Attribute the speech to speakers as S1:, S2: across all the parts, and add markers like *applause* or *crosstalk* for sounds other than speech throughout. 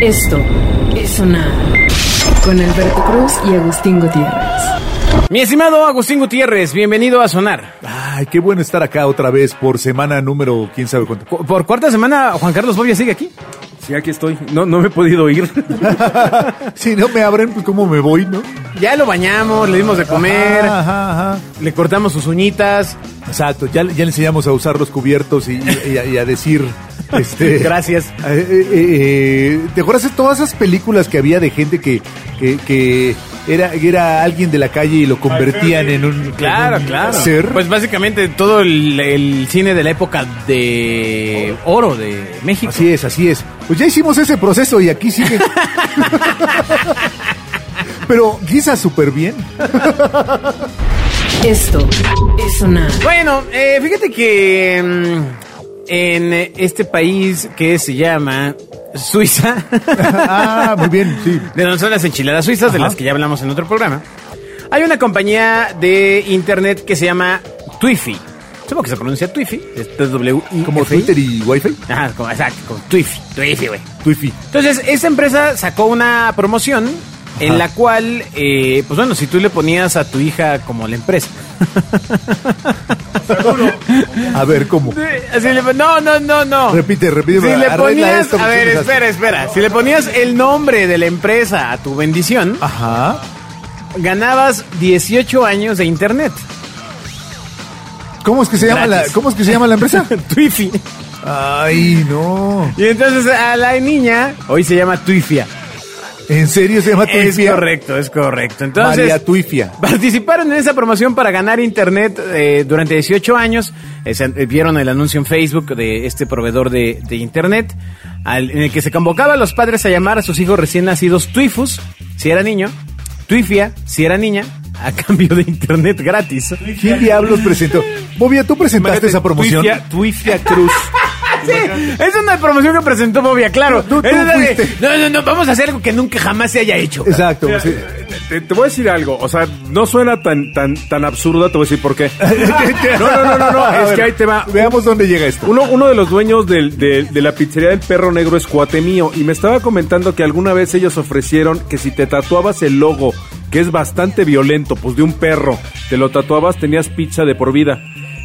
S1: Esto es sonar con Alberto Cruz y Agustín Gutiérrez.
S2: Mi estimado Agustín Gutiérrez, bienvenido a Sonar.
S3: Ay, qué bueno estar acá otra vez por semana número quién sabe cuánto.
S2: Cu- Por cuarta semana, Juan Carlos Bobia sigue aquí.
S4: Sí, aquí estoy. No, no me he podido
S2: *laughs*
S4: ir.
S3: si no me abren, pues cómo me voy, ¿no?
S2: Ya lo bañamos, le dimos de comer,
S3: Ajá, ajá.
S2: le cortamos sus uñitas.
S3: Exacto, ya, ya le enseñamos a usar los cubiertos y, y- y a, y
S2: *laughs*
S3: a decir... Este,
S2: Gracias.
S3: Eh, eh, eh, ¿Te acuerdas de todas esas películas que había de gente que, que, que era, era alguien de la calle y lo convertían en un, en
S2: Claro,
S3: un
S2: claro.
S3: ser?
S2: Pues básicamente todo el, el cine de la época de oro de México.
S3: Así es, así es. Pues ya hicimos ese proceso y aquí sigue.
S2: *laughs*
S3: *laughs* Pero guisa súper bien.
S1: Esto es sonar
S2: Bueno, eh, fíjate que mm, en eh, este país que se llama *laughs* Suiza,
S3: ah, muy bien, sí.
S2: de donde son las enchiladas suizas, de
S3: Ajá.
S2: las que ya hablamos en otro programa, hay una compañía de internet que se llama Twifi. Supongo que se pronuncia Twifi, es w
S3: Como Twitter y Wi-Fi.
S2: Ajá, como, exacto, como Twifi, Twifi, güey.
S3: Twifi.
S2: Entonces, esta empresa sacó una promoción en
S3: Ajá.
S2: la cual, eh, pues bueno, si tú le ponías a tu hija como la empresa.
S3: A ver, ¿cómo?
S2: Así le pon- no, no, no, no.
S3: Repite, repite.
S2: Si le
S3: arregla
S2: ponías,
S3: esto,
S2: a ver,
S3: porque
S2: espera, espera. Si le ponías el nombre de la empresa a tu bendición,
S3: Ajá. Ah.
S2: ganabas 18 años de
S3: *laughs*
S2: internet.
S3: ¿Cómo es que se llama la,
S2: Gratis.
S3: ¿cómo es que se llama
S2: *laughs*
S3: la empresa?
S2: Twifi.
S3: Ay, no.
S2: Y entonces a la niña hoy se llama Twifia.
S3: ¿En serio se llama
S2: Es
S3: Twifia?
S2: correcto, es correcto. Entonces,
S3: María Twifia.
S2: Participaron en esa promoción para ganar internet eh, durante 18 años. Eh, se- eh, vieron el anuncio en Facebook de este proveedor de, de internet, al- en el que se convocaba a los padres a llamar a sus hijos recién nacidos Twifus, si era niño, Twifia, si era niña, a *laughs* cambio de internet gratis.
S3: ¿Quién diablos presentó? Bobia, tú presentaste
S4: Imagínate,
S3: esa promoción.
S4: Twifia, Twifia
S3: *laughs*
S4: Cruz.
S2: Sí, es una promoción que presentó Bobia, claro.
S3: Tú- tú
S2: Es la de,
S3: fuiste.
S2: no, no, no, vamos a hacer algo que nunca jamás se haya hecho.
S3: Exacto.
S4: Mira,
S3: sí.
S2: *laughs*
S4: te, te voy a decir algo. O sea, no suena tan, tan, tan absurda. Te voy a decir
S2: *laughs*
S4: por qué. No, no, no, no. no,
S3: A
S4: es
S3: ver,
S4: que ahí te va.
S3: Veamos dónde llega esto.
S4: Uno, uno de los dueños del- del- de la pizzería del perro negro es cuate mío y me estaba comentando que alguna vez ellos ofrecieron que si te tatuabas el logo, que es bastante violento, pues de un perro, te lo tatuabas, tenías pizza de por vida.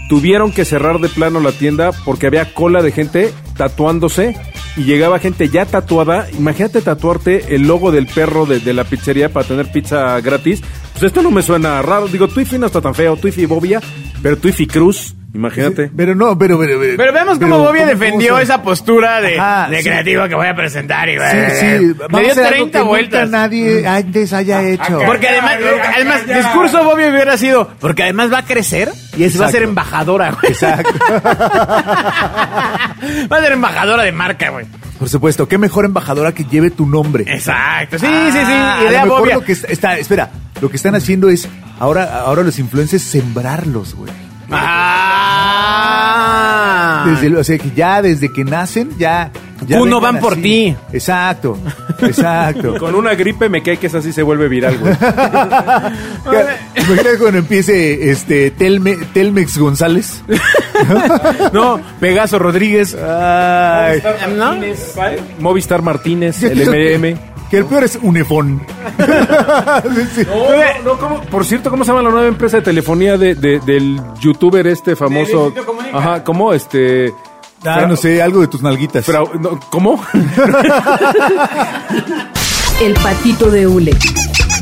S4: Tuvieron que cerrar de plano la tienda porque había cola de gente tatuándose y llegaba gente ya tatuada. Imagínate tatuarte el logo del perro de, de la pizzería para tener pizza gratis. Pues esto no me suena raro. Digo, Twifi no está tan feo, Twifi Bobia, pero Twifi Cruz, imagínate.
S3: Pero no, pero, pero, pero.
S2: Pero vemos cómo
S3: pero
S2: Bobia
S3: ¿cómo-
S2: defendió
S3: cómo se-
S2: esa postura de,
S3: Ajá,
S2: de
S3: sí.
S2: creativo que voy a presentar y
S3: Sí, sí.
S2: me
S3: Vamos a
S2: Eh, dio
S3: hacer
S2: 30
S3: algo que nunca
S2: vueltas. Ah,
S3: nadie antes haya hecho.
S2: Porque además, además discurso Bobia hubiera sido, porque además va a crecer y es- va a ser
S3: Exacto.
S2: embajadora, güey.
S3: Exacto.
S2: *laughs* Va a ser embajadora de marca, güey.
S3: Por supuesto, qué mejor embajadora que lleve tu nombre.
S2: Exacto. Sí, sí,
S3: Ah,
S2: sí.
S3: a
S2: Idea
S3: lo mejor
S2: Bobia.
S3: lo que está, está- espera, lo que están haciendo es ahora, ahora los influencers sembrarlos, güey.
S2: Ah.
S3: Desde, lo- o sea, que ya desde que nacen, ya. ya
S2: Uno
S3: vengan
S2: van por ti. *laughs*
S3: Exacto, exacto.
S4: Con una gripe me cae que esa sí se vuelve viral, güey.
S3: Imagínate cuando empiece este Telme- Telmex
S2: *laughs*
S3: González. *laughs*
S2: No, Pegaso Rodríguez.
S3: Ay.
S2: ¿No?
S4: Movistar Martínez,
S3: Yo
S4: el
S3: creo que-
S4: MM.
S3: Que el peor es
S2: *laughs*
S3: Unifón. Sí, sí.
S4: No, no, ¿cómo? Por cierto, ¿cómo se llama la nueva empresa de telefonía de, de- del youtuber este famoso?
S2: Luisito Comunica.
S4: Ajá, ¿cómo? Este.
S3: Ah,
S4: Fra-
S3: no sé, algo de tus nalguitas.
S4: Fra- no, ¿Cómo?
S1: El patito de hule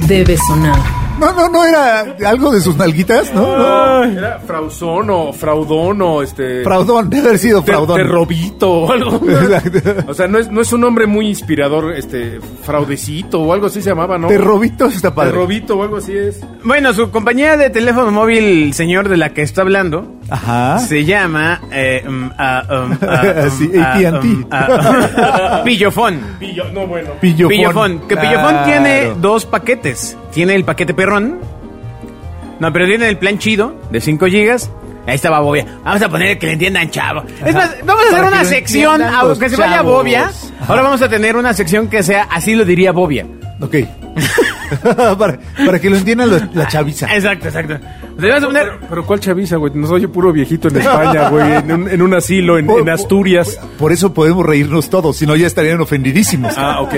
S1: debe sonar.
S3: No, no, no era algo de sus nalguitas, ¿no? no.
S4: Era Frausono, Fraudono, este.
S3: Fraudón, debe haber sido
S4: Te-
S3: fraudón.
S4: Terrobito o algo.
S3: Exacto.
S4: O sea, no es, no es un nombre muy inspirador, este. Fraudecito o algo así se llamaba, ¿no?
S3: Terrobito está padre.
S4: Terrobito o algo así es.
S2: Bueno, su compañía de teléfono móvil, señor de la que está hablando,
S3: Ajá.
S2: Se llama eh, um, ah, um, ah, um,
S3: Ah. *laughs* Sí,
S2: ah,
S3: AT&T.
S2: um, ah, um, Pillofón.
S4: Pillo- no, bueno.
S3: Pillofón.
S2: Pillofón. Que Pillofón
S3: Claro.
S2: tiene dos paquetes. Tiene el paquete perrón. No, pero tiene el plan chido de 5 gigas. Ahí estaba Bobia. Vamos a poner que le entiendan, chavo. Es más, vamos a hacer
S3: Para que
S2: una
S3: lo
S2: sección,
S3: entiendan los
S2: aunque se vaya
S3: chavos.
S2: Bobia. Ahora vamos a tener una sección que sea, así lo diría Bobia.
S3: *laughs* Ok. para, para que lo entiendan la, la chaviza.
S2: Exacto, exacto. Le vas a poner.
S4: Pero, pero ¿cuál chaviza, güey? Nos oye puro viejito en España, güey. En un, en un asilo, en,
S3: Por-
S4: en Asturias.
S3: Por, por eso podemos reírnos todos, si no ya estarían ofendidísimos. *laughs*
S4: Ah, ok.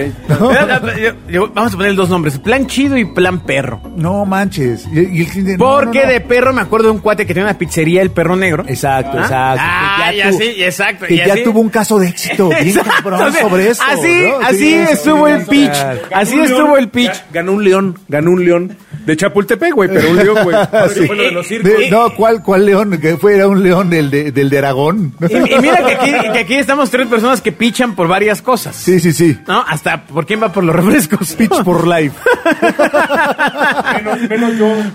S2: Vamos a poner los nombres: Plan Chido y Plan Perro.
S3: No manches. Y- y el cliente- no,
S2: Porque
S3: no, no.
S2: de perro me acuerdo de un cuate que tenía una pizzería, el perro negro. *laughs*
S3: Exacto,
S2: ¿Ah?
S3: exacto.
S2: Ah,
S3: Que
S2: ya
S3: tu-
S2: sí, exacto.
S3: Que
S2: y
S3: ya
S2: así-
S3: tuvo un caso de éxito.
S2: *laughs*
S3: Bien
S2: Exacto, o
S3: cabrón
S2: sea,
S3: sobre eso.
S2: Así,
S3: ¿no?
S2: así
S3: Sí, sí,
S2: estuvo
S3: sí,
S2: el
S3: sí.
S2: pitch.
S3: Claro.
S2: Así
S4: Un león,
S2: estuvo el pitch.
S4: ga- Ganó un león, ganó un león. De Chapultepec, güey, pero un león,
S3: *laughs*
S4: güey.
S3: Ah, Sí.
S4: Fue lo de los circos.
S3: De- no, ¿cuál, ¿cuál león? Que fue, era un león del de, del de Aragón.
S2: Y, y mira que aquí, que aquí estamos tres personas que pichan por varias cosas.
S3: Sí, sí, sí.
S2: ¿No? Hasta por quién va por los refrescos. *laughs*
S3: Pitch por life.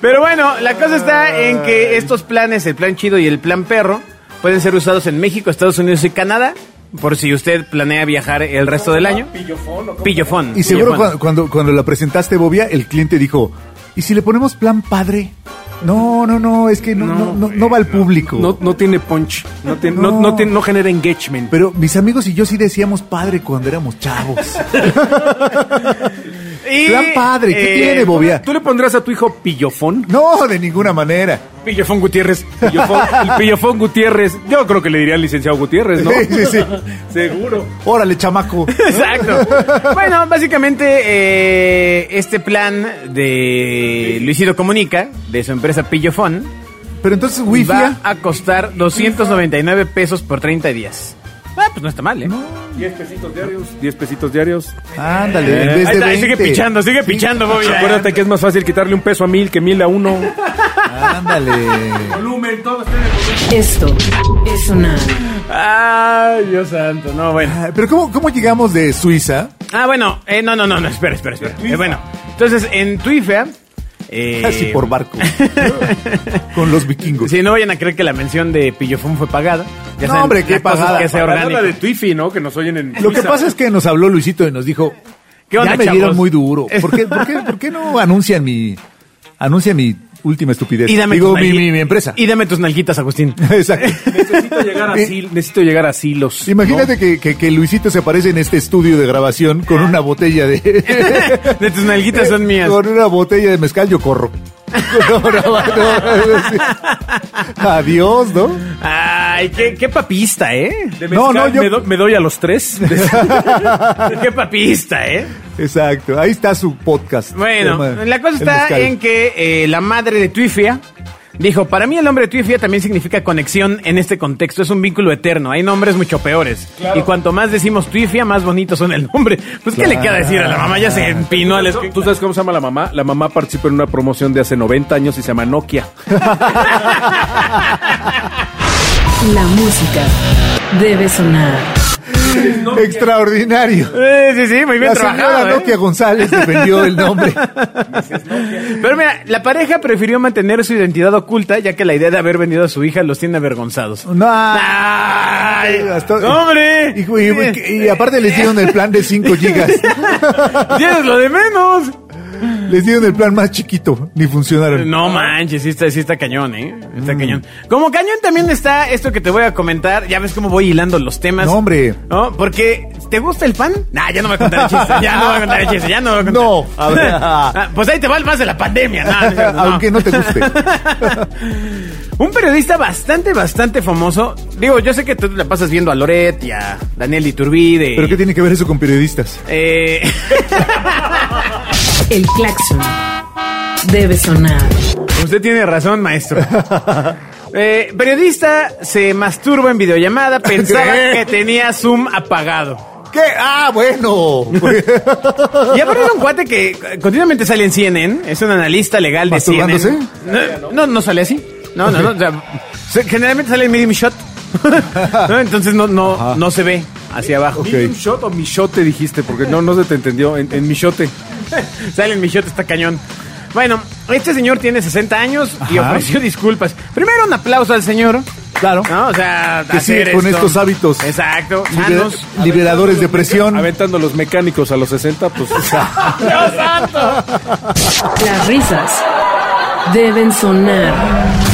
S2: Pero bueno, la cosa está en que estos planes, el plan chido y el plan perro, pueden ser usados en México, Estados Unidos y Canadá. Por si usted planea viajar el resto del año. Pillofón. Pillofón.
S3: Y seguro cuando, cuando, cuando la presentaste, Bobia, el cliente dijo, ¿y si le ponemos plan padre? No, no, no, es que no, no, no, no va al público.
S4: No, no tiene punch. No, tiene- no-
S3: No.
S4: no tiene- no genera engagement.
S3: Pero mis amigos y yo sí decíamos padre cuando éramos chavos.
S2: Y,
S3: plan padre, ¿qué
S2: eh,
S3: tiene, Bobia?
S4: ¿Tú le pondrás a tu hijo pillofón?
S3: No, de ninguna manera.
S4: Pillofón Gutiérrez. Pillofón, el Pillofón Gutiérrez. Yo creo que le diría al licenciado Gutiérrez, ¿no?
S3: Sí, sí, sí.
S4: Seguro.
S3: Órale, chamaco.
S2: Exacto. Bueno, básicamente eh, este plan de Luisito Comunica, de su empresa Pillofón,
S3: Pero entonces, wifi.
S2: va a costar 299 pesos por 30 días. Ah, pues no está mal, ¿eh?
S4: 10 pesitos diarios. 10 pesitos diarios.
S3: Ándale, en vez
S2: Eh, Ahí
S3: de
S2: está, ahí sigue
S3: 20.
S2: pichando, sigue pichando, Bobby.
S4: Acuérdate que es más fácil quitarle un peso a mil que mil a uno.
S3: Ándale.
S4: *laughs* Volumen, todo
S1: Esto es sonar.
S2: Ay, Dios santo, no, bueno.
S3: Ah, Pero ¿cómo, cómo llegamos de Suiza?
S2: Ah, bueno, eh, no, no, no, no, espera, espera, espera. Eh, bueno, entonces en Twitter... Eh,
S3: Casi por barco. *laughs* Con los vikingos.
S2: Si no vayan a creer que la mención de Pillofón fue pagada. Ya
S3: No,
S2: saben,
S3: hombre, qué
S2: la cosa es
S3: pagada,
S2: Que sea
S3: pagada
S2: orgánico.
S4: la de Twifi, ¿no? Que nos oyen en
S3: Lo que pasa es que nos habló Luisito y nos dijo,
S2: ¿Qué onda,
S3: ya me dieron
S2: chavos?" *laughs*
S3: muy duro. ¿Por qué, por qué- por qué no anuncian mi, anuncian mi última estupidez?
S2: Y dame
S3: Digo,
S2: tus
S3: mi,
S2: nalgui-
S3: mi, mi empresa.
S2: Y dame tus nalguitas, Agustín.
S3: *laughs*
S2: *laughs*
S3: Exacto.
S4: Necesito llegar a,
S3: Eh,
S4: sil- necesito llegar a silos.
S3: Imagínate que, que- que Luisito se aparece en este estudio de grabación con una
S2: *laughs*
S3: botella de...
S2: De tus nalguitas son mías.
S3: Con una botella de mezcal
S2: *laughs*
S3: yo corro. No, no, no, sí. Adiós, ¿no?
S2: Ay, qué, qué papista, ¿eh?
S4: De
S3: No,
S4: mezcal,
S3: no, yo-
S4: me, do- me doy a
S3: *laughs*
S4: los tres.
S2: *laughs* Qué papista, ¿eh?
S3: Exacto, ahí está su podcast.
S2: Bueno,
S3: El-
S2: la cosa
S3: el
S2: está
S3: mezcal.
S2: en que eh, la madre de Tuifia dijo, para mí el nombre de Tuifia también significa conexión en este contexto, es un vínculo eterno, hay nombres mucho peores. Y cuanto más decimos Tuifia, más bonitos son el nombre. Pues, ¿qué le
S3: Claro.
S2: queda decir a la mamá? Ya se empinó al *laughs*
S4: ¿Tú- ¿Tú sabes cómo se llama la mamá? La mamá participa en una promoción de hace 90 años y se llama Nokia.
S1: La música debe sonar.
S3: Extraordinario.
S2: Eh, sí, sí, muy bien
S3: La
S2: trabajado.
S3: señora
S2: ¿eh?
S3: Nokia González defendió
S2: *laughs*
S3: el nombre.
S2: Pero mira, la pareja prefirió mantener su identidad oculta, ya que la idea de haber vendido a su hija los tiene avergonzados.
S3: No.
S2: ¡Ay!
S3: Hasta-
S2: ¡Hombre!
S3: Y, y- y aparte
S2: *laughs*
S3: les dieron el plan de 5 gigas.
S2: ¡Tienes lo de menos!
S3: Les dieron el plan más chiquito. Ni funcionaron.
S2: No manches, sí está, sí está cañón, ¿eh?
S3: Mm.
S2: Está cañón. Como cañón también está esto que te voy a comentar. Ya ves cómo voy hilando los temas.
S3: No, hombre.
S2: ¿No? Porque, ¿te gusta el pan? Nah, ya no voy a contar el chiste. Ya no voy a contar el chiste. Ya no voy a contar.
S3: No, a *laughs* ver.
S2: Ah, pues ahí te va el más de la pandemia. No, no es cierto,
S3: Ah, Aunque no te guste.
S2: Un periodista bastante, bastante famoso. Digo, yo sé que tú la pasas viendo a Loret y a Daniel Iturbide.
S3: ¿Pero qué tiene que ver eso con periodistas?
S2: Eh, *laughs*
S1: El claxon debe sonar.
S2: usted tiene razón,
S3: *laughs*
S2: maestro. Eh, periodista se masturba en
S3: *laughs*
S2: videollamada, pensaba
S3: ¿Qué?
S2: que tenía Zoom apagado.
S3: ¿Qué? Ah,
S2: *laughs*
S3: bueno.
S2: Y aparte es un cuate que continuamente sale en CNN, es un analista legal de CNN.
S3: ¿Masturbándose?
S2: No, no, no sale así. No, no, no. o sea, se- generalmente sale en medium shot. *laughs* ¿No? Entonces no, no, no se ve hacia abajo.
S3: Ok.
S4: ¿Medium shot o michote dijiste? Porque no, no se te entendió. En, en michote.
S2: *laughs* Sale en Michote, está cañón. Bueno, este señor tiene 60 años y
S3: Ajá.
S2: ofreció disculpas. Primero un aplauso al señor.
S3: Claro.
S2: ¿no? O sea,
S3: Que sigue
S2: hacer
S3: con
S2: esto.
S3: estos hábitos.
S2: Exacto.
S3: Libera-
S2: sanos.
S3: liberadores de presión.
S4: Aventando los mecánicos a los 60, pues.
S1: Las risas deben sonar.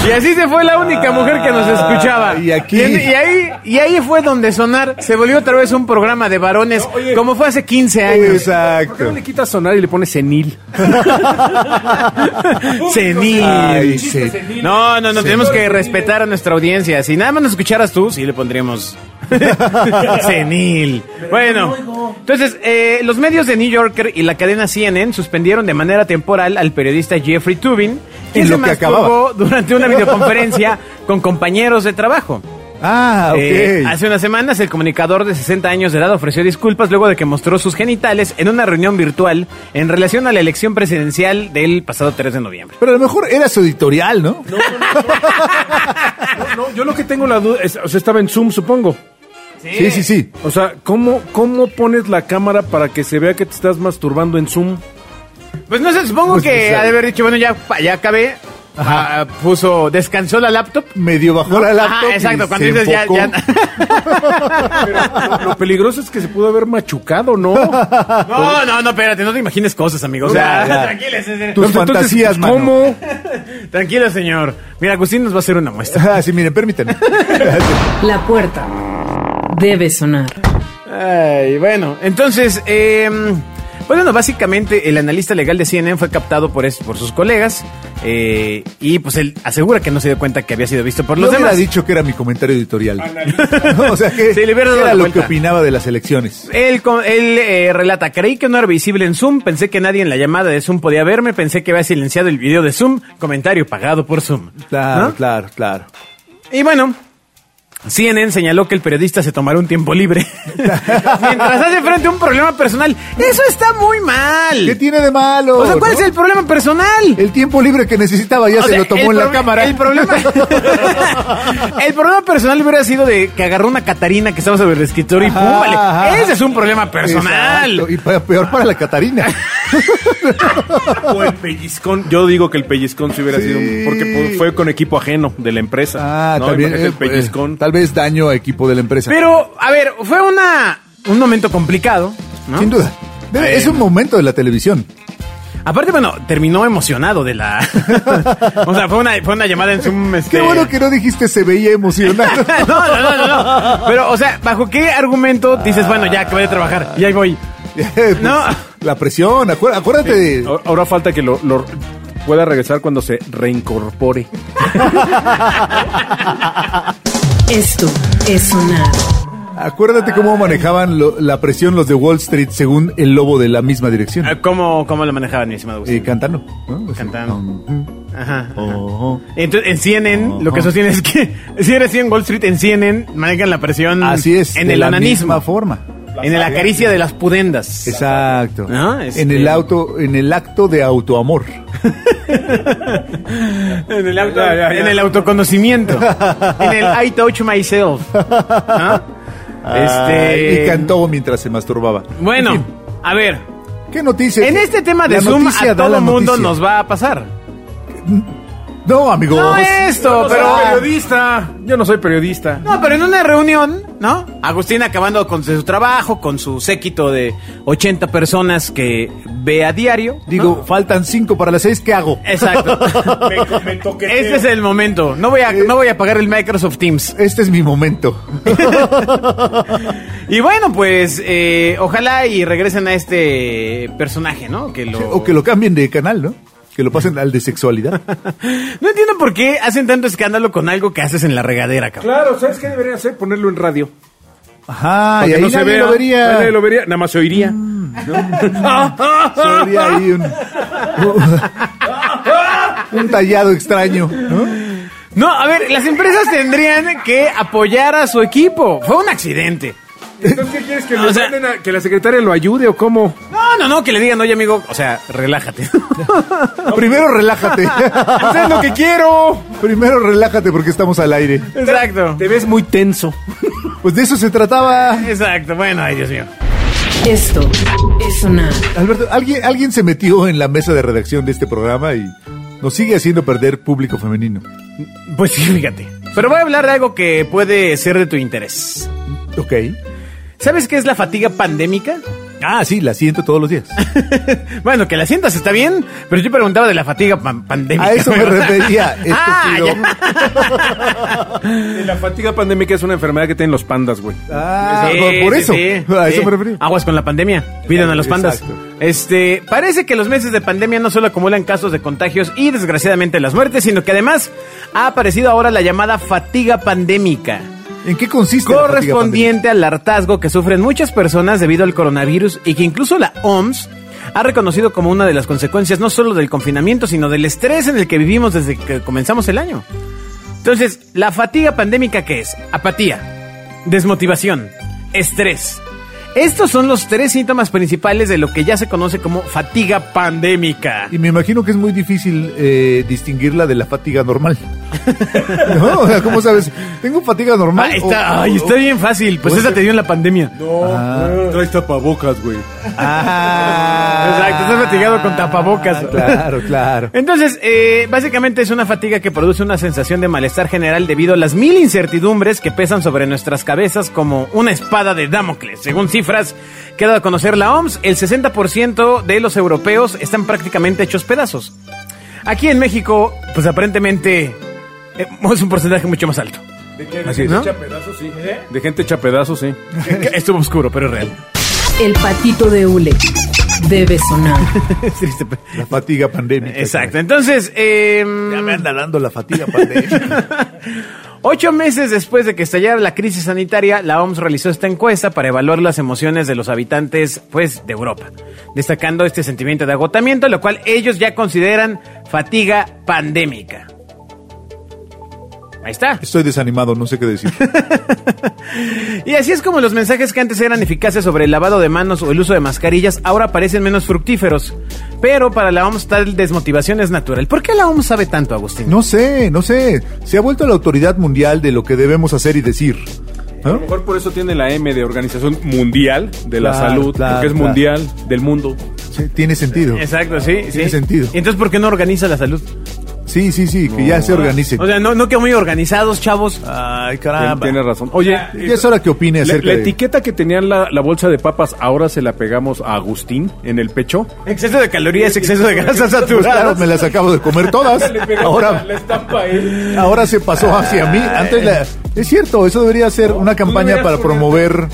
S2: Y así se fue la única mujer que nos escuchaba.
S3: Ah, y aquí-
S2: Y, en- y ahí, y ahí fue donde sonar se volvió otra vez un programa de varones,
S4: Oye.
S2: como fue hace 15 años.
S4: ¿Por qué no
S3: Exacto.
S4: le quitas sonar y le
S3: *laughs*
S4: pones senil?
S2: Senil.
S3: Ay,
S4: Chiste
S3: sí.
S4: senil.
S2: No, no, no, tenemos que respetar a nuestra audiencia. Si nada más nos escucharas tú, sí le
S3: *laughs*
S2: pondríamos senil. Bueno, entonces, eh, los medios de New Yorker y la cadena CNN suspendieron de manera temporal al periodista Jeffrey Tubin, quien
S3: En
S2: se
S3: lo que acababa.
S2: masturbó durante una
S3: *laughs*
S2: videoconferencia con compañeros de trabajo.
S3: Ah, ok.
S2: Eh, hace unas semanas, el comunicador de 60 años de edad ofreció disculpas luego de que mostró sus genitales en una reunión virtual en relación a la elección presidencial del pasado 3 de noviembre.
S3: Pero a lo mejor era su editorial, ¿no?
S4: No, yo lo que tengo la duda es, o sea, estaba en Zoom, supongo.
S3: Sí, sí, sí.
S4: O sea, ¿cómo, ¿cómo pones la cámara para que se vea que te estás masturbando en Zoom?
S2: Pues eh, no sé, supongo
S3: Pues,
S2: que
S3: pues,
S2: ha de haber dicho, bueno, ya, pa- ya acabé. Ah, puso, descansó la laptop.
S3: Medio bajó la laptop.
S2: Ajá, exacto,
S3: y
S2: cuando
S3: se
S2: dices ya,
S3: enfocó.
S2: ya.
S4: *laughs* Lo, lo peligroso es que se pudo haber
S3: *laughs*
S4: machucado, ¿no?
S2: *laughs* No, no, no, espérate, no te imagines cosas, amigo. O
S3: Ya,
S2: sea,
S3: ya.
S2: ah, tranquilo, sí, sí.
S3: Tus
S4: Entonces, pues,
S3: fantasías, mano.
S4: ¿Cómo?
S2: tranquilo, señor. Mira, Agustín nos va a hacer una muestra.
S3: Ah, sí, miren,
S4: *laughs*
S3: permítanme.
S1: La puerta debe sonar.
S2: Ay, bueno, entonces, eh, pues bueno, básicamente el analista legal de CNN fue captado por, es- por sus colegas eh, y pues él asegura que no se dio cuenta que había sido visto por
S3: No
S2: los
S3: hubiera
S2: demás.
S3: dicho que era mi comentario editorial. *laughs* o sea, que
S2: Sí, le hubiera dado la
S3: era lo
S2: vuelta.
S3: que opinaba de las elecciones.
S2: Él, con- él, eh, relata, creí que no era visible en Zoom, pensé que nadie en la llamada de Zoom podía verme, pensé que había silenciado el video de Zoom, comentario pagado por Zoom.
S3: Claro,
S2: ¿No?
S3: claro, claro.
S2: Y bueno, CNN señaló que el periodista se tomará un tiempo
S3: *laughs*
S2: libre mientras hace frente a un problema personal. Eso está muy mal.
S3: ¿Qué tiene de malo?
S2: O sea, ¿cuál
S3: no?
S2: es el problema personal?
S3: El tiempo libre que necesitaba ya
S2: O
S3: se
S2: sea,
S3: lo tomó
S2: el
S3: en la
S2: proble-
S3: cámara.
S2: El problema, *laughs* el problema personal hubiera sido de que agarró una Catarina que estaba sobre el escritorio y
S3: Ajá,
S2: ¡pum! vale.
S3: ajá.
S2: Ese es un problema personal.
S3: Exacto, Y pa- peor para
S2: *laughs*
S3: la Catarina.
S4: O el pellizcón. Yo digo que el pellizcón sí hubiera
S3: Sí.
S4: sido. Porque pu- fue con equipo ajeno de la empresa.
S3: Ah,
S4: ¿no?
S3: también.
S4: Imagínate
S3: eh,
S4: el pellizcón.
S3: eh, tal vez daño a equipo de la empresa.
S2: Pero, a ver, fue una un momento complicado, ¿no?
S3: Sin duda. Debe-
S2: Eh.
S3: es un momento de la televisión.
S2: Aparte, bueno, terminó emocionado de la... *laughs* o sea, fue una, fue una llamada en Zoom...
S3: Qué
S2: este-
S3: bueno que no dijiste se veía emocionado.
S2: *laughs* no, no, no, no, no. Pero, o sea, ¿bajo qué argumento dices, bueno, ya acabé de trabajar y ahí voy?
S3: Pues,
S2: No.
S3: La presión, acuér- acuérdate. de-
S4: Ahora- Ahora falta que lo, lo pueda regresar cuando se reincorpore.
S1: Esto es sonar.
S3: Acuérdate cómo manejaban lo- la presión los de Wall Street según el lobo de la misma dirección.
S2: Ah, ¿Cómo, cómo lo manejaban, mi estimado
S3: Eh,
S2: Agustín?
S3: cantando. ¿no? Así,
S2: Cantando.
S3: um,
S2: Ajá, ajá.
S3: oh, oh.
S2: Entonces, en CNN, lo que
S3: Ajá.
S2: sostiene es que *laughs* si eres 100 Wall Street, en CNN manejan la presión
S3: Mm. Así es.
S2: en
S3: de
S2: el
S3: la
S2: onanismo,
S3: misma forma.
S2: en la caricia de las pudendas.
S3: Exacto.
S2: Ah, este-
S3: En el auto, en el acto de autoamor.
S2: En el,
S4: auto- Ya, ya, ya.
S2: en el autoconocimiento. en el I touch myself. ¿no? Este,
S3: Ay, Y cantó mientras se masturbaba.
S2: Bueno,
S3: En fin,
S2: a ver.
S3: ¿Qué noticia?
S2: En este tema de
S3: La
S2: Zoom
S3: noticia
S2: a
S3: da
S2: todo
S3: la
S2: mundo
S3: noticia.
S2: nos va a pasar.
S3: No, pues, amigos.
S2: No esto, pero...
S3: ah.
S4: soy periodista. Yo no soy periodista.
S2: No, pero en una reunión, ¿no? Agustín acabando con su trabajo, con su séquito de 80 personas que ve a diario.
S3: Digo, faltan cinco para las seis, ¿qué hago?
S2: Exacto. este es el momento. No voy a, no voy a pagar el Microsoft Teams.
S3: Este es mi momento.
S2: Y bueno, pues eh, ojalá y regresen a este personaje, ¿no? Que lo...
S3: O que lo cambien de canal, ¿no? Que lo pasen al de sexualidad.
S2: *laughs* No entiendo por qué hacen tanto escándalo con algo que haces en la regadera, cabrón.
S4: Claro, ¿sabes qué debería hacer? Ponerlo en radio.
S3: Ajá,
S4: Para
S3: Ah, y
S4: que
S3: ahí
S4: no se
S3: nadie
S4: vea.
S3: lo vería. Mm.
S4: Nadie lo vería, nada más se oiría.
S3: Se vería ahí un, un tallado extraño, ¿no?
S2: No, a ver, las empresas tendrían que apoyar a su equipo. Fue un accidente.
S4: Entonces, ¿qué quieres?
S3: *laughs*
S4: ¿Que,
S2: O
S4: le
S2: sea-
S4: manden a- que la secretaria lo ayude o cómo?
S2: No, no, no, que le digan, oye, amigo, o sea, relájate. *laughs*
S3: Primero relájate. *laughs*
S4: ¡Eso es lo que quiero!
S3: Primero relájate porque estamos al aire.
S2: Exacto.
S4: Te ves muy tenso.
S3: Pues de eso se trataba.
S2: Exacto, bueno, ay, Dios mío.
S1: Esto es sonar.
S3: Alberto, alguien, alguien se metió en la mesa de redacción de este programa y nos sigue haciendo perder público femenino.
S2: Pues sí, fíjate. Pero voy a hablar de algo que puede ser de tu interés.
S3: Ok.
S2: ¿Sabes qué es la fatiga pandémica?
S3: Ah, sí, la siento todos los días.
S2: *laughs* Bueno, que la sientas está bien, pero yo preguntaba de la fatiga pan- pandémica.
S3: A eso me refería,
S2: *laughs* ah,
S3: estúpido.
S2: ya.
S4: Eh, La fatiga pandémica es una enfermedad que tienen los pandas, güey.
S3: Ah,
S2: Sí,
S3: por
S2: sí,
S3: eso. Ah,
S2: sí,
S3: a
S2: sí.
S3: eso me refería.
S2: Aguas con la pandemia. Cuidan a los pandas.
S3: Exacto.
S2: Este, parece que los meses de pandemia no solo acumulan casos de contagios y desgraciadamente las muertes, sino que además ha aparecido ahora la llamada fatiga pandémica.
S3: ¿En qué consiste? la fatiga
S2: correspondiente al hartazgo que sufren muchas personas debido al coronavirus y que incluso la OMS ha reconocido como una de las consecuencias no solo del confinamiento, sino del estrés en el que vivimos desde que comenzamos el año. Entonces, ¿la fatiga pandémica qué es? Apatía, desmotivación, estrés. Estos son los tres síntomas principales de lo que ya se conoce como fatiga pandémica. Ah,
S3: Y me imagino que es muy difícil eh, distinguirla de la fatiga
S2: *laughs*
S3: normal. ¿No? O sea, ¿cómo sabes? ¿Tengo fatiga normal?
S2: Ah, está,
S3: o-
S2: ay,
S3: o-
S2: está bien fácil, pues
S3: o-
S2: esa te dio en la pandemia.
S4: No, traes tapabocas, güey.
S2: *laughs*
S3: Ah.
S2: Exacto, estás fatigado con tapabocas.
S3: Ah, Claro, claro.
S2: Entonces, eh, básicamente es una fatiga que produce una sensación de malestar general debido a las mil incertidumbres que pesan sobre nuestras cabezas como una espada de Damocles. Según cifras que ha dado a conocer la OMS, el 60% de los europeos están prácticamente hechos pedazos. Aquí en México, pues aparentemente eh, es un porcentaje mucho más *laughs* alto.
S4: ¿De qué?
S3: Así es, ¿no?
S4: pedazos, sí. ¿Eh? De gente hecha pedazos, sí.
S2: Estuvo oscuro, pero es real.
S1: El patito de hule debe sonar.
S2: Es triste, pero-
S3: La fatiga pandémica.
S2: Exacto. Entonces, em,
S3: Ya me anda dando la *laughs* fatiga pandémica.
S2: Ocho meses después de que estallara la crisis sanitaria, la OMS realizó esta encuesta para evaluar las emociones de los habitantes, pues, de Europa, destacando este sentimiento de agotamiento, lo cual ellos ya consideran fatiga pandémica. Ahí está.
S3: Estoy desanimado, no sé qué decir.
S2: Y así es como los mensajes que antes eran eficaces sobre el lavado de manos o el uso de mascarillas ahora parecen menos fructíferos. Pero para la OMS tal desmotivación es natural. ¿Por qué la OMS sabe tanto, Agustín?
S3: No sé, no sé. Se ha vuelto la autoridad mundial de lo que debemos hacer y decir.
S4: A lo
S3: ¿No?
S4: mejor por eso tiene la M de Organización Mundial de la
S3: Claro,
S4: Salud,
S3: claro,
S4: porque es
S3: claro.
S4: mundial del mundo.
S3: Sí, tiene sentido.
S2: Exacto, sí.
S3: Tiene
S2: sí.
S3: sentido.
S2: ¿Y entonces por qué no organiza la salud?
S3: Sí, sí, sí, que ya se organicen.
S2: O sea, no, no que muy organizados, chavos.
S3: Ay,
S4: Tien- Tienes razón. Oye,
S3: Ya es hora que opine
S4: la,
S3: acerca
S4: la
S3: de-
S4: etiqueta que tenía la, la bolsa de papas, ahora se la pegamos a Agustín en el pecho.
S2: Exceso de calorías, exceso de grasas
S3: Pues claro,
S2: saturadas.
S3: me las acabo de comer todas.
S2: *laughs*
S3: Ahora, ahora se pasó
S4: Ah,
S3: hacia mí. Antes
S4: eh.
S3: la- Es cierto, eso debería ser una campaña para promover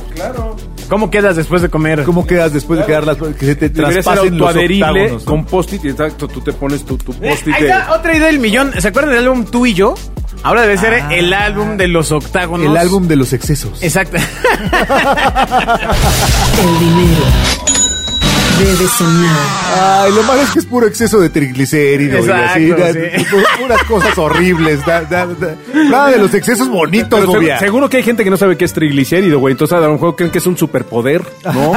S2: ¿Cómo quedas después de comer?
S3: cómo quedas después de quedar las que se te
S4: Debería ser
S3: traspasen los
S4: autoadherible
S3: octágonos. ¿no?
S4: con post-it. Exacto, tú te pones tu, tu
S2: Eh,
S4: post-it.
S2: ahí
S4: de-
S2: está otra idea del millón. ¿Se acuerdan del álbum Tú y Yo? Ahora debe ser
S4: Ah.
S2: el álbum de los octágonos.
S3: El álbum de los excesos.
S2: Exacto.
S1: El dinero debe sonar.
S3: Ay, lo malo es que es puro exceso de triglicéridos y
S2: Exacto,
S3: así. da-
S2: sí.
S3: pu- Puras cosas horribles. da- da- da- Nada de los excesos bonitos,
S4: Pero seg-
S3: novia.
S4: seguro que hay gente que no sabe qué es triglicérido, güey. Entonces a lo mejor creen que es un superpoder, *laughs* ¿no?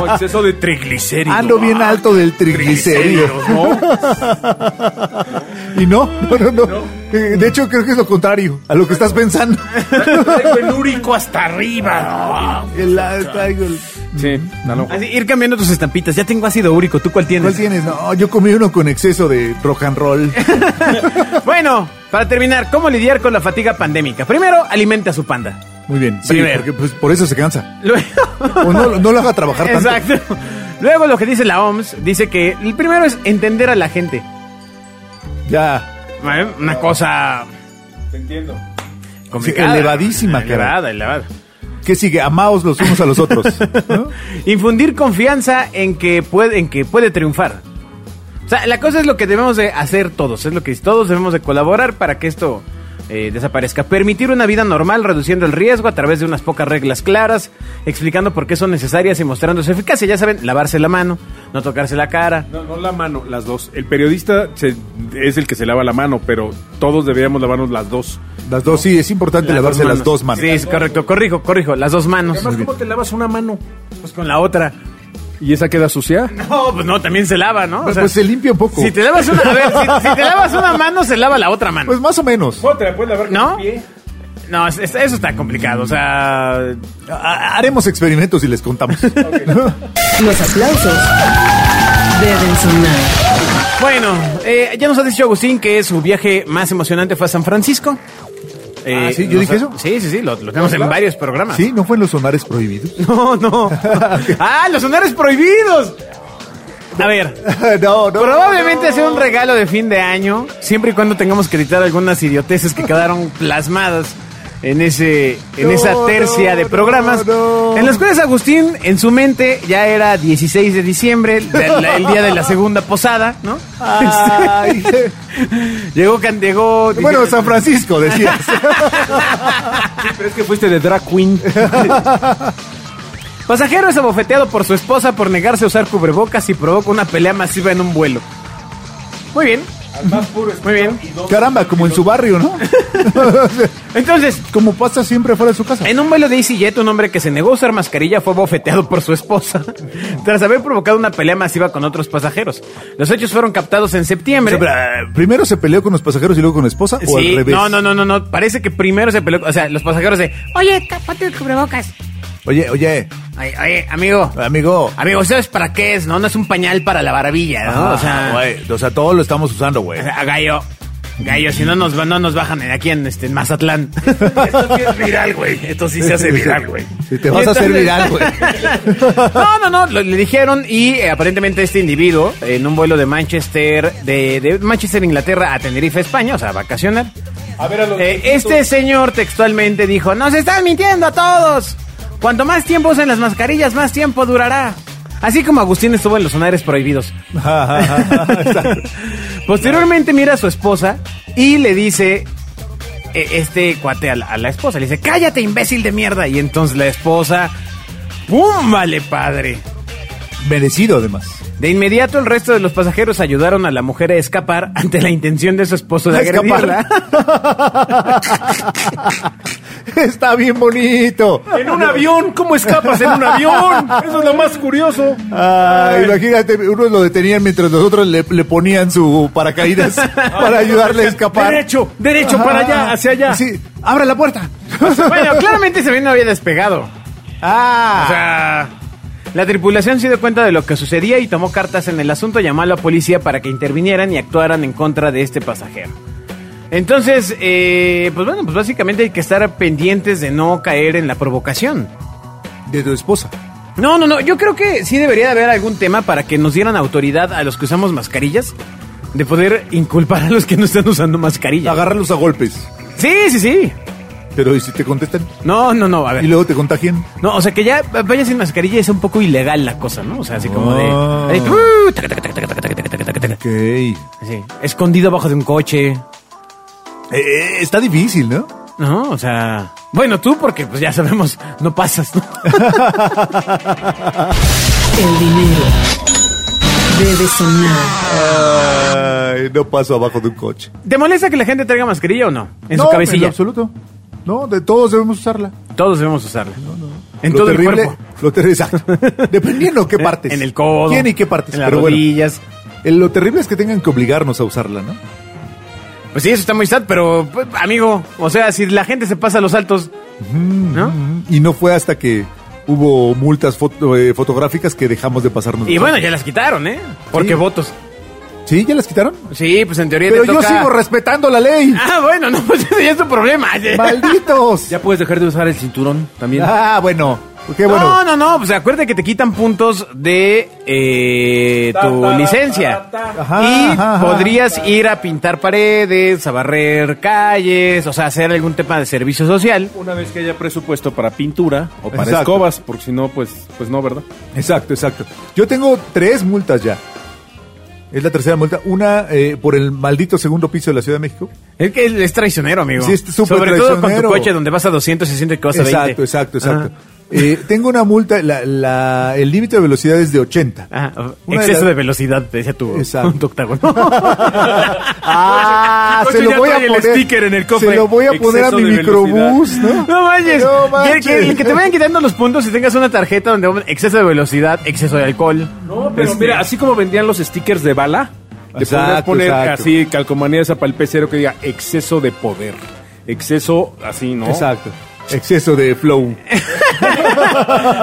S4: no, exceso de triglicérido.
S3: Ando bien
S4: Ah,
S3: alto del triglicérido.
S4: triglicéridos, ¿no?
S3: *laughs* Y no, no, no, no. Eh, De hecho, creo que es lo contrario a lo que estás
S4: *laughs*
S3: pensando.
S4: Traigo
S2: *laughs*
S4: el úrico hasta arriba.
S3: El- ah, traigo el-
S4: Sí, a lo mejor.
S2: Así, ir cambiando tus estampitas. Ya tengo ácido úrico. ¿Tú cuál tienes?
S3: ¿Cuál tienes? No, yo comí uno con exceso de rock and roll.
S2: Bueno, para terminar, ¿cómo lidiar con la fatiga pandémica? Primero, alimenta a su panda.
S3: Muy bien. Sí,
S2: Primero.
S3: porque pues, por eso se cansa.
S2: Luego...
S3: O no, no lo haga trabajar tanto.
S2: Exacto. Luego lo que dice la OMS dice que el primero es entender a la gente.
S3: Ya.
S2: ¿Vale? Una cosa
S4: Te entiendo.
S2: complicada.
S3: elevadísima, cara.
S2: elevada, elevada.
S3: ¿Qué sigue? Amaos los unos a los otros. ¿no?
S2: Infundir confianza en que puede, en que puede triunfar. O sea, la cosa es lo que debemos de hacer todos, es lo que todos debemos de colaborar para que esto eh, desaparezca. Permitir una vida normal reduciendo el riesgo a través de unas pocas reglas claras, explicando por qué son necesarias y mostrando su eficacia. Ya saben, lavarse la mano, no tocarse la cara.
S4: No, no la mano, las dos. El periodista se- es el que se lava la mano, pero todos deberíamos lavarnos las dos.
S3: Las dos, sí, es importante lavarse las dos manos.
S2: Sí, es correcto, corrijo, corrijo, las dos manos.
S4: Además, ¿cómo te lavas una mano?
S2: Pues con la otra.
S4: ¿Y esa queda sucia?
S2: No, pues no, también se lava, ¿no? O
S3: Pues,
S2: sea,
S3: pues se limpia un poco.
S2: si te lavas una, a ver, si, si te lavas una mano, se lava la otra mano.
S3: Pues más o menos.
S4: ¿Cómo te la puedes lavar
S2: ¿No? No, es- es- eso está complicado, o sea...
S3: Ha- Haremos experimentos y les contamos.
S1: Los aplausos deben sonar.
S2: Bueno, eh, ya nos ha dicho Agustín que su viaje más emocionante fue a San Francisco. Eh,
S3: Ah, sí, yo
S2: nos-
S3: dije eso.
S2: Sí, sí, sí, lo, lo tenemos en varios programas.
S3: Sí, no fue en los sonares prohibidos.
S2: *laughs* No,
S3: *laughs*
S2: no. ¡Ah, los sonares prohibidos! A ver,
S3: no, no.
S2: probablemente sea un regalo de fin de año, siempre y cuando tengamos que editar algunas idioteces que
S3: *laughs*
S2: quedaron plasmadas en ese en
S3: No,
S2: esa tercia
S3: no,
S2: de programas,
S3: no, no.
S2: en las cuales Agustín en su mente ya era 16 de diciembre, de- la- el día de la segunda posada, ¿no? *laughs* Este,
S3: Ay.
S2: Llegó, can- llegó
S3: bueno,
S2: dije-
S3: San Francisco, decías.
S4: Pero es que fuiste de drag queen.
S2: *laughs* Pasajero es abofeteado por su esposa por negarse a usar cubrebocas y provoca una pelea masiva en un vuelo. Muy bien. Muy bien.
S3: Caramba, como en su barrio, ¿no?
S2: Entonces,
S3: Como pasa siempre fuera de su casa.
S2: en un vuelo de EasyJet, un hombre que se negó a usar mascarilla fue abofeteado por su esposa
S4: *laughs*
S2: tras haber provocado una pelea masiva con otros pasajeros. Los hechos fueron captados en
S3: O
S2: septiembre.
S3: sea, pero, eh, primero se peleó con los pasajeros y luego con la esposa o al
S2: Sí,
S3: revés.
S2: no, no, no, no, no. Parece que primero se peleó. O sea, los pasajeros de. Oye, ca- ponte el cubrebocas.
S3: Oye, oye,
S2: Ay, oye, amigo.
S3: amigo.
S2: Amigo, ¿sabes para qué es? No, no es un pañal para la barbilla, Ah, ¿no?
S3: Ah,
S2: o sea.
S3: güey, o sea, todos lo estamos usando, güey.
S2: A Ah, Gallo. Gallo, si no nos, no nos bajan en- aquí en, este, en Mazatlán. Esto sí es viral, güey. Esto sí se hace viral, güey.
S3: Si te vas a hacer
S2: *laughs*
S3: viral, güey.
S2: No, no, no. lo- le dijeron y eh, aparentemente este individuo en un vuelo de Manchester, de, de Manchester, Inglaterra a Tenerife, España, o sea, a vacacionar.
S4: A ver, a los
S2: Eh, este señor textualmente dijo, nos están mintiendo a todos. Cuanto más tiempo usen las mascarillas, más tiempo durará. Así como Agustín estuvo en los sonares prohibidos. *laughs* Posteriormente mira a su esposa y le dice eh, este cuate a la, a la esposa, le dice, cállate imbécil de mierda. Y entonces la esposa, ¡pum! Vale padre.
S3: Merecido, además.
S2: De inmediato el resto de los pasajeros ayudaron a la mujer a escapar ante la intención de su esposo de
S3: A escapar.
S2: agredirla.
S3: *laughs* Está bien bonito.
S4: En un avión, ¿cómo escapas en
S3: *laughs*
S4: un avión? Eso es lo más curioso.
S3: Ay, imagínate, unos lo detenían mientras los otros le, le ponían su paracaídas para ayudarle a escapar.
S4: Derecho, derecho para allá, hacia allá.
S3: Sí, abra la puerta.
S2: Bueno, claramente ese avión no había despegado.
S3: *laughs* Ah,
S2: O sea, la tripulación se dio cuenta de lo que sucedía y tomó cartas en el asunto, llamó a la policía para que intervinieran y actuaran en contra de este pasajero. Entonces, eh, pues bueno, pues básicamente hay que estar pendientes de no caer en la provocación.
S3: de tu esposa.
S2: No, no, no, yo creo que sí debería de haber algún tema para que nos dieran autoridad a los que usamos mascarillas de poder inculpar a los que no están usando mascarillas.
S3: Agarrarlos a golpes.
S2: Sí, sí, sí.
S3: Pero ¿y si te contestan?
S2: No, no, no, a ver.
S3: Y luego te contagian.
S2: No, o sea que ya vaya sin mascarilla es un poco ilegal la cosa, ¿no? O sea, así como de.
S3: Oh.
S2: ahí, uh, taca, taca, taca, taca, taca, taca, taca, taca.
S3: Ok. Eh,
S2: Sí. Escondido abajo de un coche.
S3: eh, está difícil, ¿no?
S2: No, o sea. Bueno, tú, porque pues ya sabemos, no pasas, ¿no? *laughs*
S1: El dinero debe sonar.
S3: Ay, no paso abajo de un coche.
S2: ¿Te molesta que la gente traiga mascarilla o no? En
S3: No,
S2: su
S3: En lo
S2: cabecilla.
S3: absoluto. No, de todos debemos usarla.
S2: Todos debemos usarla. En
S3: Lo
S2: todo
S3: terrible-
S2: el cuerpo. Eh,
S3: Lo terrible, exacto. Dependiendo qué
S2: *laughs*
S3: partes.
S2: En el codo.
S3: ¿Quién y qué partes?
S2: En las
S3: Pero bueno,
S2: rodillas.
S3: el- lo terrible es que tengan que obligarnos a usarla, ¿no?
S2: Pues sí, eso está muy sad, pero pues, amigo, o sea, si la gente se pasa los saltos, ¿no?
S3: Y no fue hasta que hubo multas foto- eh, fotográficas que dejamos de pasarnos.
S2: Y bueno, ya las quitaron, ¿eh? Porque
S3: Sí.
S2: votos.
S3: ¿Sí? ¿Ya las quitaron?
S2: Sí, pues en teoría
S3: Pero
S2: te
S3: yo
S2: toca-
S3: sigo respetando la ley.
S2: *laughs* Ah, bueno, no, pues ese ya es tu problema. *laughs*
S3: ¡Malditos!
S4: Ya puedes dejar de usar el cinturón también.
S3: Ah, bueno. Qué bueno.
S2: No, no, no, pues acuérdate que te quitan puntos de eh, tu licencia.
S3: Ajá,
S2: y
S3: ajá, ajá.
S2: podrías ir a pintar paredes, a barrer calles, o sea, hacer algún tema de servicio social.
S4: Una vez que haya presupuesto para pintura o para
S3: Exacto.
S4: escobas, porque si no, pues, pues no, ¿verdad?
S3: Exacto, exacto. Yo tengo tres multas ya. Es la tercera multa. Una eh, por el maldito segundo piso de la Ciudad de México.
S2: Es que es traicionero, amigo.
S3: Sí, es súper
S2: Sobre todo con tu
S3: traicionero.
S2: coche donde vas a 200 y sientes que vas a 20.
S3: Exacto, exacto, exacto.
S2: Ajá.
S3: Eh, tengo una multa, la- la- el límite de velocidad es de 80.
S2: Ajá,
S3: Una
S2: exceso de,
S3: las-
S2: velocidad, te decía tu,
S3: Exacto.
S2: *laughs* tu octágono. *laughs* ah,
S3: Ah, se lo voy a poner. Se lo voy a poner a
S4: Exceso
S3: mi
S4: de
S3: microbús, ¿no?
S2: No manches.
S3: No
S2: Que- Que,
S3: manches.
S2: que te vayan quitando los puntos y tengas una tarjeta donde ponga exceso de velocidad, exceso de alcohol.
S4: No, pero
S2: Este,
S4: mira, así como vendían los stickers de bala, le podrías
S3: Exacto,
S4: poner
S3: exacto.
S4: así calcomanía esa para el pecero que diga exceso de poder. Exceso así,
S3: *laughs*
S4: ¿no?
S3: Exacto. Exceso de flow.
S2: *laughs*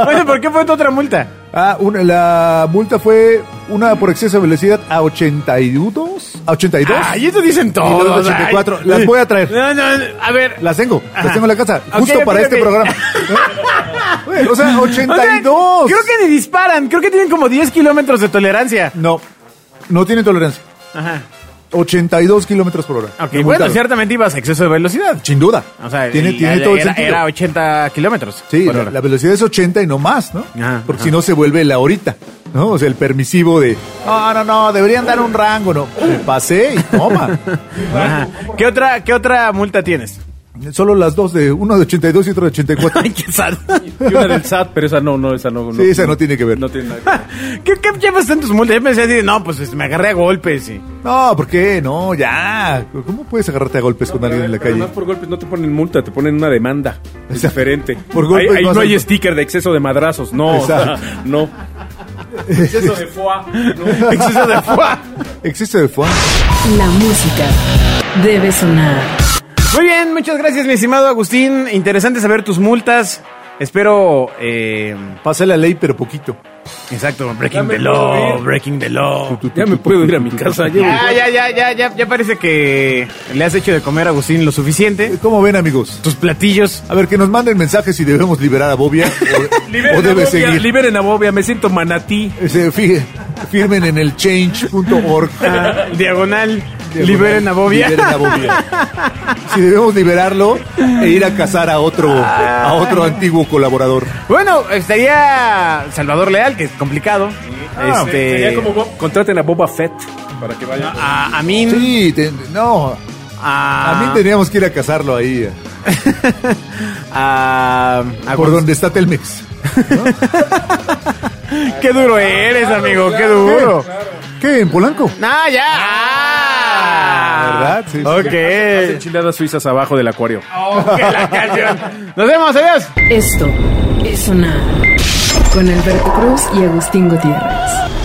S2: Bueno, ¿por qué fue tu otra multa?
S3: Ah, una, la multa fue una por exceso de velocidad a 82 a 82.
S2: Ay, eso dicen todos.
S3: luego 84.
S2: ay.
S3: Las voy a traer.
S2: No, no, no, a ver.
S3: Las tengo,
S2: Ajá.
S3: las tengo en la casa,
S2: Ok,
S3: justo
S2: ok,
S3: para
S2: ok.
S3: este
S2: *laughs*
S3: programa. Güey, o sea,
S2: O sea,
S3: 82.
S2: creo que ni disparan. Creo que tienen como 10 kilómetros de tolerancia.
S3: No, no tiene tolerancia.
S2: Ajá.
S3: 82 kilómetros por hora.
S2: Ok,
S3: Muy
S2: bueno,
S3: caro.
S2: ciertamente ibas a exceso de velocidad.
S3: Sin duda.
S2: O sea,
S3: tiene,
S2: el-
S3: tiene
S2: el-
S3: todo el
S2: era,
S3: sentido.
S2: era 80 kilómetros.
S3: Sí,
S2: por
S3: la,
S2: hora.
S3: la velocidad es 80 y no más, ¿no?
S2: Ajá,
S3: Porque
S2: ajá.
S3: si no se vuelve la horita, ¿no? O sea, el permisivo de, no, no, no, deberían dar un rango, ¿no? Me pasé y toma. *laughs*
S2: Ajá. ¿Qué otra, ¿Qué otra multa tienes?
S3: Solo las dos, de uno de 82 y otro de 84.
S2: *laughs* Ay, qué sad.
S4: Y una del SAT, pero esa no, no, esa no.
S3: Sí, esa no tiene que ver.
S4: No tiene nada que ver.
S2: *laughs* ¿Qué, qué llevas tantos multas? Yo pensé así de, no, pues me agarré a golpes y...
S3: No, ¿por qué? No, ya. ¿Cómo puedes agarrarte a golpes con alguien en la
S4: Pero
S3: calle?
S4: además por golpes no te ponen multa, te ponen una demanda. Es
S3: Exacto.
S4: diferente.
S3: Por golpes
S4: ahí ahí
S3: más
S4: no hay
S3: alto.
S4: sticker de exceso de madrazos, no. o sea,
S3: Exacto.
S4: no. Exceso de foie. no.
S2: Exceso
S3: *laughs*
S2: de fuá.
S3: Existe de fondo.
S1: La música debe sonar.
S2: Muy bien, muchas gracias, mi estimado Agustín. Interesante saber tus multas. Espero... eh,
S3: Pasa la ley, pero poquito.
S2: exacto, breaking
S4: Ya me
S2: the
S4: puedo
S2: law,
S4: ir.
S2: breaking the law.
S4: *laughs* Ya me puedo ir a mi casa. llevo-
S2: Ya, ya, ya, ya, ya, ya parece que le has hecho de comer a Agustín lo suficiente.
S3: ¿Cómo ven, amigos?
S2: Tus
S4: *laughs*
S2: platillos.
S3: A ver, que nos manden mensajes si debemos liberar a Bobia o, o
S4: Liberen a
S3: debe
S4: Bobia,
S3: seguir.
S4: Liberen a Bobia, me siento manatí.
S3: Ese, fí- Firmen en el change.org.
S2: Ah, diagonal, liberen a Bobia.
S3: Liberen
S2: *laughs*
S3: a Bobia. Si debemos liberarlo e ir a cazar a otro, a otro antiguo colaborador.
S2: Bueno, estaría Salvador Leal, que es complicado. este,
S4: Ah, Sería como Bob- contraten a Boba Fett para que vaya.
S2: a Amin,
S3: Sí, te- no. A mí
S2: a,
S3: teníamos que ir a cazarlo ahí,
S2: *laughs*
S3: eh,
S2: a, a-
S3: por donde está Telmex.
S2: Qué duro eres,
S4: Ah,
S2: amigo, qué
S3: ¿Qué?
S2: duro.
S3: ¿Qué? ¿En Polanco?
S2: No, ya. Ah,
S3: Ah, ¿Verdad? Sí, sí.
S2: ok.
S4: Enchiladas suizas abajo del acuario.
S2: Oh, qué la canción. Nos vemos, adiós.
S1: Esto es sonar. Con Alberto Cruz y Agustín Gutiérrez.